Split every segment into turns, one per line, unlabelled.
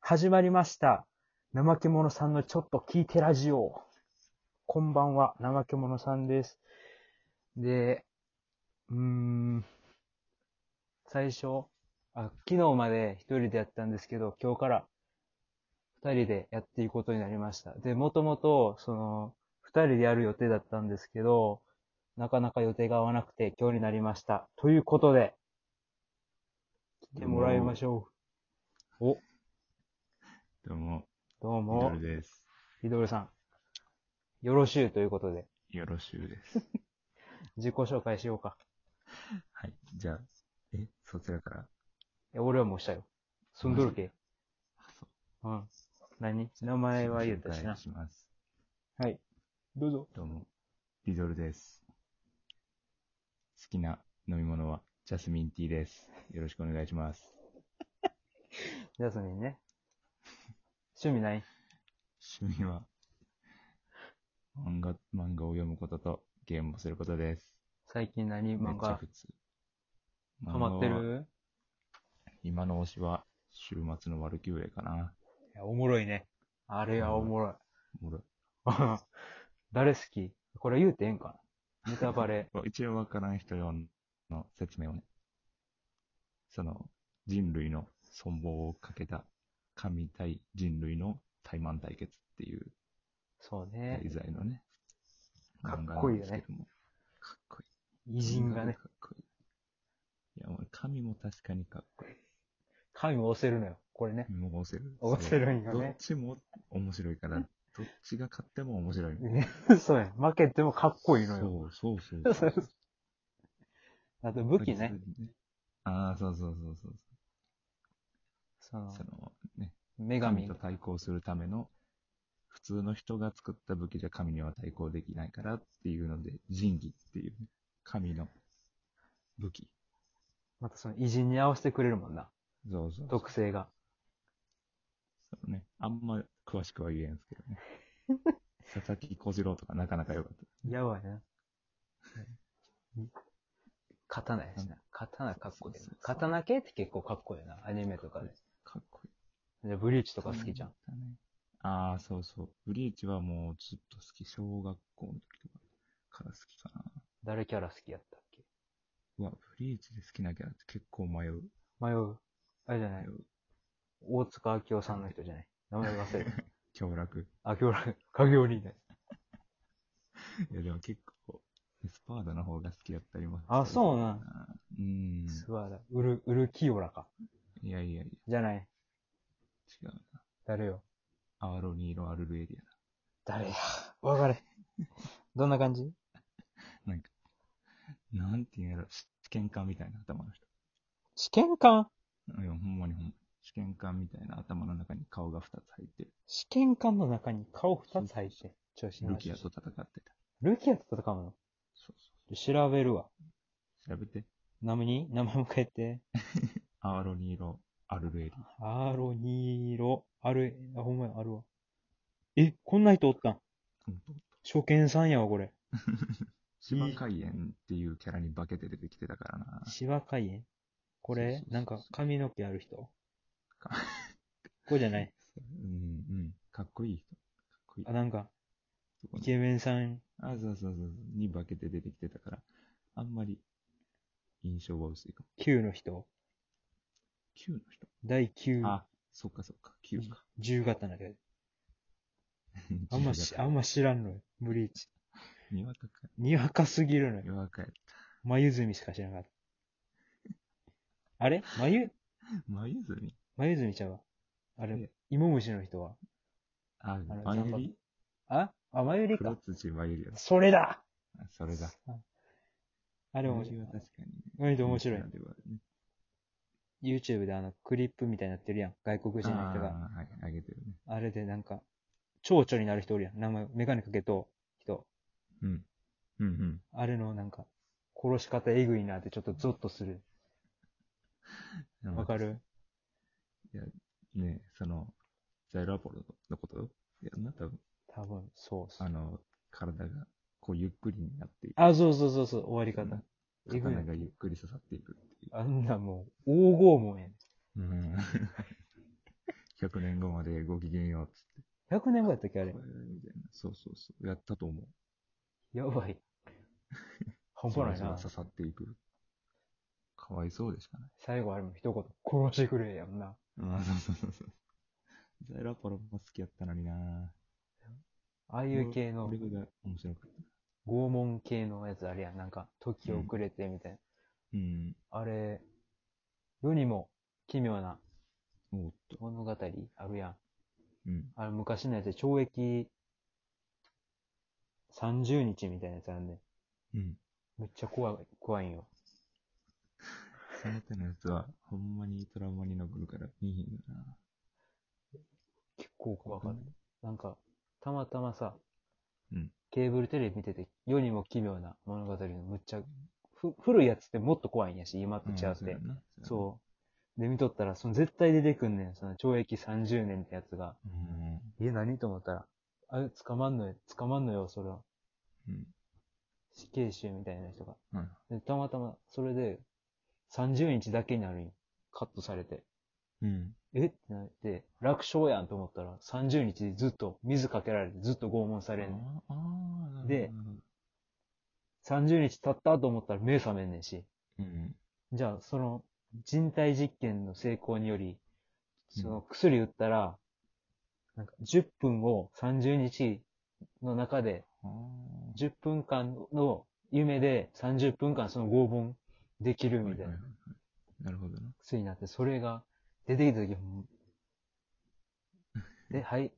始まりました。怠け者さんのちょっと聞いてラジオ。こんばんは、怠け者さんです。で、うーん、最初、あ、昨日まで一人でやったんですけど、今日から二人でやっていくことになりました。で、もともと、その、二人でやる予定だったんですけど、なかなか予定が合わなくて今日になりました。ということで、来てもらいましょう。お、
どうも、
どう
ミド
も
ル、です。
リドルさん。よろしゅうということで、
よろしゅうです。
自己紹介しようか。
はい。じゃあ、え、そちらから。
いや、俺はもうしたよ。すんどるけ。
そう
うん。何名前は言ったし
紹
な
介。します。
はい。どうぞ。
どうも、リドルです。好きな飲み物は、ジャスミンティーです。よろしくお願いします。
ジャスミンね。趣味ない
趣味は、漫画、漫画を読むことと、ゲームをすることです。
最近何
めっ
漫
ちゃ
画
普通。
ハマって
漫画は
る
今の推しは、週末のワルキューレかな。
いや、おもろいね。あれはおもろい。
おもろい
誰好きこれ言うてええんかなネタバレ。
まあ一応わからん人用の説明をね。その、人類の存亡をかけた神対人類の対マン対決っていう
そうね
題。材のね、
かっ
漫画
こ
ない
い
ん
よね
ですけども。かっこい
偉
い。
人がね。
かっこいい。いや、もう神も確かにかっこいい。
神を押せるのよ。これね。
神も押せる。
押せるん
そ
よ
うど
ね
っ。ちも面白いから、どっちが勝っても面白い。
ね、 そうや。負けてもかっこいいのよ。
そうそうそうそう。
あと武器ね。。
ああ、そうそうそうそう。
その
そ、の、ね、
女
神
神
と。対抗するための、普通の人が作った武器じゃ神には対抗できないからっていうので、神器っていう、ね、神の武器。
またその偉人に合わせてくれるもんな。
そうそうそう。
特性が。
そのね、あんま詳しくは言えんすけど ね。佐々木小次郎とかなかなか良かっ
やばいな。刀やしな。刀かっこいい
そうそうそうそ
な刀
う。
系って結構かっこいいよな。アニメとかで。
た。かっこいい。
でブリーチとか好きじゃん。
そうだね。ああ、そうそう。ブリーチはもうずっと好き。小学校の時とかから好きかな。
誰キャラ好きやったっけ
うわ、ブリーチで好きなキャラって結構迷う。
迷う。あれじゃな
迷。。
いう大塚明夫さんの人じゃない。名前忘 れた。
凶楽。
あ、今日、影鬼ね。
いや、でも結構、スパーダの方が好きだったりもする
あそうなん。
うん。
スワダ。ウル、ウルキオラか。
いやいやい
じゃない。
や、違うな。
誰よ。
アーロニーロアルルエリア
誰や。わかれ。どんな感じ
だ。なんか、なんていうんやろ、試験官みたいな頭の人。
試験官
いや、ほんまにほんまに。試験官みたいな頭の中に顔が2つ入ってる。
試験官の中に顔二つ入って、調子に乗
ル
って
キアと戦ってた。
ルキアと戦うの
そうそ
調べるわ。
う。調べて。
なのに、名前も変えて。
アーロニーロアルルエリア。
アーロニーロ、ある、あ、ほんまや、あるわ。え、こんな人おったん
ほんと
初見さんやわ、これ。
芝海園っていうキャラに化けて出てきてたからな。
芝海園こ
そうそう
れ
そう、そう
なんか髪の毛ある人
か
こうじゃない。
うんうん。かっこいい人。かっこいい
あ、。なんか、
そこ
イ
ね
ケメンさん。
あ、そうそうそうそう、に化けて出てきてたから、あんまり印象は薄いかも。
9の人。
9の人。
第9、
あ、そっかそっか、9か。
10型なんだけど。あんま し、あんま知らんのよ。ブリーチ。
にわかか。
にわかすぎるのよ
に。わかやった。
眉墨しか知らなかった。あれ眉、
眉ずみ
眉墨ちゃうわ。あれ
え、
芋虫の人は。
あ、
の
まゆり
ああ、眉り
黒
か。
土まゆりやろ
それだ
あそれだ。
ああれ面白い
眉は。確かにね。
割と面白い
な。んではね
YouTube であの、クリップみたいになってるやん。外国人の人が。
あーはい、あげてるね。
あれでなんか、蝶々になる人おるやん。名前、メガネかけと、人。
うん。うんうん。
あれのなんか、殺し方えぐいなってちょっとゾッとする。
でも
わかる
ねその、ザイロアポロのこといや、な、多分、
多分、そうそ
あ
う。
の、体が、こう、ゆっくりになっていく。
あ、そうそうそうそう、終わり
う
方
ん。
えぐい
刀がゆっくり刺さっていくっていう。
あんなもう、黄金門やん。
うん。 100年後までごきげんようっつって。
100年後やったっけあれ
こ。れみたいなそうそうそう。やったと思う。
やばい。半端ない
それ
な
が。刺さっていく。かわいそうでしかない。
最後あれも一言、殺してくれやんな。
ああ、そうそうそうそう。ザイラパロも好きやったのにな
ああいう系の
俺が面白かった。
拷問系のやつあれやん。なんか、時遅れてみたいな。
うん。
あれ、世にも奇妙な
おっと。
物語あるやん。
うん。
あれ昔のやつで懲役30日みたいなやつあんねん。
うん。
めっちゃ怖い、怖いんよ。
その手のやつは、ほんまにトラウマに残るから、見えへんよな。
結構怖かった。なんか、たまたまさ、
うん
ケーブルテレビ見てて、世にも奇妙な物語のむっちゃ、ふ古いやつってもっと怖いんやし、今と
う
違
ん
って。
そう
そう。で、見とったら、その絶対出てくんねん、その懲役30年ってやつが。
やな。うん。
え、何と思ったら、あれ、捕まんのよ、捕まんのよ、それは。
うん。
死刑囚みたいな人が。
はい。
で、たまたま、それで、30日だけになるんよカットされて。
うん。
えってなって、楽勝やんと思ったら、30日でずっと水かけられて、ずっと拷問さ
あ
れんねん。
あー、なるほど
で、30日経ったと思ったら目覚めんねんし。
うん。
じゃあ、その、人体実験の成功により、
うん
その薬打ったら、なんか10分を30日の中で、
ああ。
10分間の夢で30分間その拷問できるみたい
はいはいは
ない
なるほどな。
薬になって、それが出てきた時、もうで、はい、ん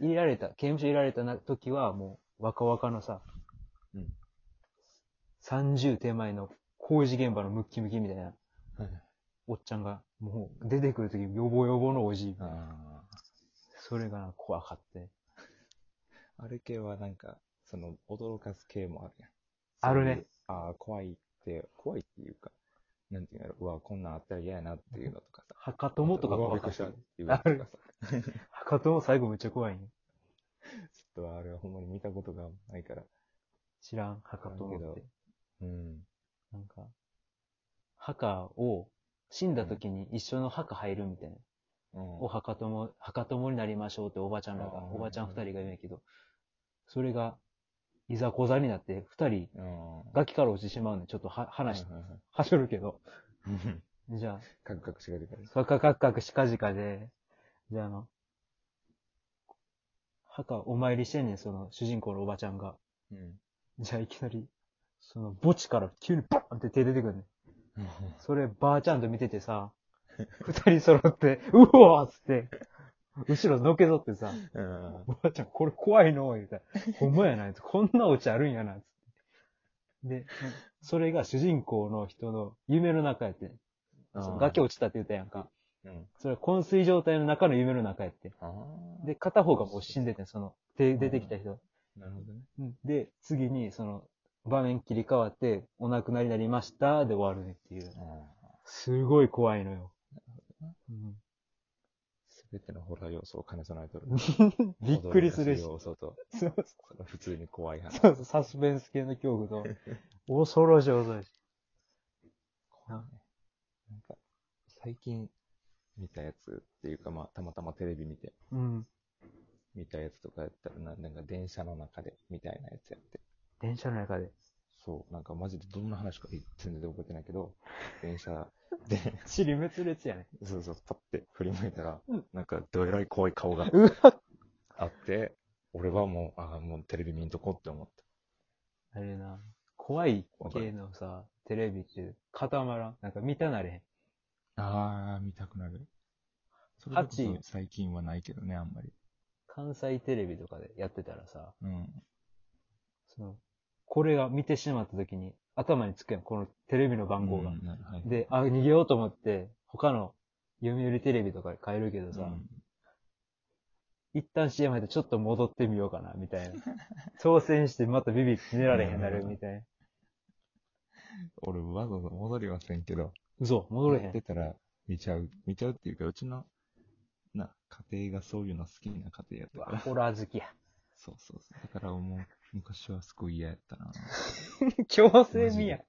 入れられた、刑務所入れられたな時はもう若々のさ、
うん
30手前の工事現場のムッキムキみたいな
はい。
おっちゃんが、もう出てくる時、ヨボヨボのおじい。
あ
それがな怖かって。
あ。あれ系はなんか、その、驚かす系もあるやん。
あるね。
ああ、怖いって、怖いっていうか、なんていうんやろ、うわ、こんなんあったら嫌やなっていうのとかさ。
墓友とか
うわ
怖
びっく
かっ
りした
た
っ。ていうのとかさ。
墓友最後めっちゃ怖いん、
ちょっとあれはほんまに見たことがないから。
知らん、墓友って。
うん。
なんか、墓を、死んだ時に一緒の墓入るみたいな。
うん
お墓友、墓友になりましょうっておばちゃんら
あ
が、
ー
おばちゃん二人が言うんやけど、それが、いざこざになって、二人、
うん。
ガキから落ちてしまうねんで、ちょっとは話、
はいはいはい
はしょるけど。
うん
じゃあ、
カクカクしが出てくる。
カクカクカクしかじかで、じゃああの、墓お参りしてんねん、その主人公のおばちゃんが。
うん。
じゃあいきなり、その墓地から急にバーンって手出てくるねん。そればあちゃんと見ててさ、二人揃って、うおーっつって、後ろのけぞってさ、
うん。
ばあちゃんこれ怖いの言うたら、ほんまやな、こんなオチあるんやな、つって。で、それが主人公の人の夢の中やってん、その崖
を。
落ちたって言ったやんか。
うん。
それは昏睡状態の中の夢の中やって。
ああ。
で、片方がもう死んでてん、その、で出てきた人。
なるほどね。
で、次に、その、場面切り替わって、お亡くなりになりました、で終わるねっていう。すごい怖いのよ。うん、
すべてのホラー要素を兼ね備えとる。
びっくりするし
驚か。要素と、
そう
その普通に怖い話。
そうそう、サスペンス系の恐怖と、 恐ろしい恐ろしい。
怖いねなんか、最近見たやつっていうか、まあ、たまたまテレビ見て
うん。
見たやつとかやったらな、なんか電車の中でみたいなやつやって。
電車の中で。
そう、なんかマジでどんな話か全然覚えてないけ ど、電車で、
尻滅裂やね。
そうそう、パッて振り向いたら
うん、
なんかどえらい怖い顔が
うわ
あって、俺はもう、ああ、もうテレビ見んとこって思った。
あれな、怖い
わかる
系のさ、テレビって固まらん。なんか見たなれへん。
ああ、見たくなる。そ
れこそ八
最近はないけどね、あんまり。
関西テレビとかでやってたらさ、
うん。
その、これが見てしまった時に頭につくやん、このテレビの番号が。
なるはい
で、あ、逃げようと思って、他の読売テレビとかで変えるけどさ、一旦 CM 入ってちょっと戻ってみようかな、みたいな。挑戦してまたビビって寝られへんなる、みたいな。
俺、わざわざ戻りませんけど、
嘘、戻れへ
やっ
ん
て。たら見ちゃう。見ちゃうっていうか、うちの、な、家庭がそういうの好きな家庭やった
う
か
わ
ら。
ホラー好きや。
そうそうそう。だからもう、昔はすごい嫌やったな。
強制みや。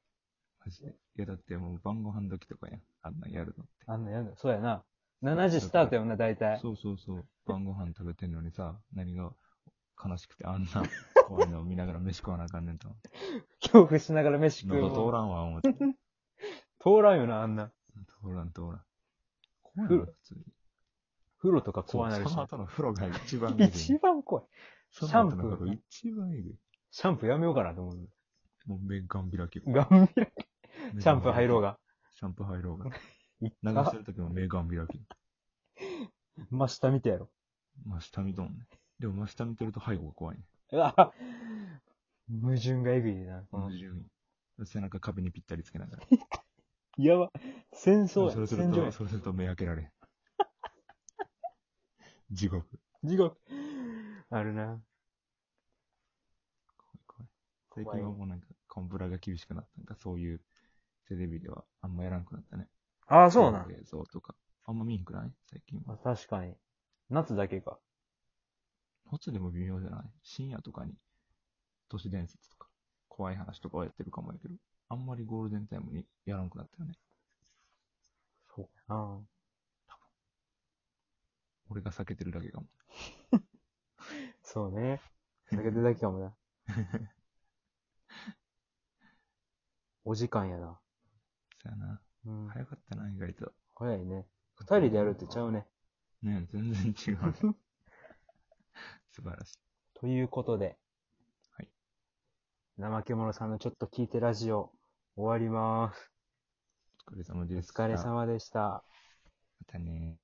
マジで。いや、だってもう晩ご飯時とかやん。あんなんやるのって。
あんなんやんの、そうやな。 7時スタートよな、大体。
そうそうそう。晩ご飯食べてんのにさ、何が悲しくてあん な怖いのを見ながら飯食わなあかんねんと。
恐怖しながら飯食う
喉通
の。
らんわ、思って。
通らんよな、あんな。
通らん、通らん。怖いな、
風呂
普通に。
風呂とか怖なるし
そ。の後の風呂が一番えぐい
一番怖い。
そ
シ
の
ャン
後
プー
の風呂一番えぐい。
シャンプーやめようかなと思う。
もう目がん開き。
ガン開きシャンプー入ろう
が。
が。
シャンプー入ろうが。
いっ
流
か
してる時も目がん開き。
真下見てやろ。
真下見とんね。でも真下見てると背後が怖いね。
うわ矛盾がえぐいな。
矛盾背中壁にぴったりつけながら。
やば。戦
で
争
もそれ
や。
する
戦場
と、
や。
それすると目開けられ ん。地獄。
地獄。あるな。
怖い怖い。最
怖い
近はもうなんか、コンプラが厳しくなった。なんかそういうテレビではあんまやらなくなったね。
ああ、
映像とか。あんま見んくない最近は。
あ確かに。夏だけか。
夏でも微妙じゃない深夜とかに、都市伝説とか、怖い話とかはやってるかもやけど、あんまりゴールデンタイムにやらなくなったよね。
そうかな。
俺が避けてるだけかも。
そうね。避けてだけかも な。お時間やな。
そやな。
うん。
早かったな、意外と。
早いね。二人でやるってちゃうね。
ねえ全然 違うね。素晴らしい。
ということで。
はい。
怠け者さんのちょっと聞いてラジオ、終わります。
お疲れ様
お
です。
疲れ様でした。
またね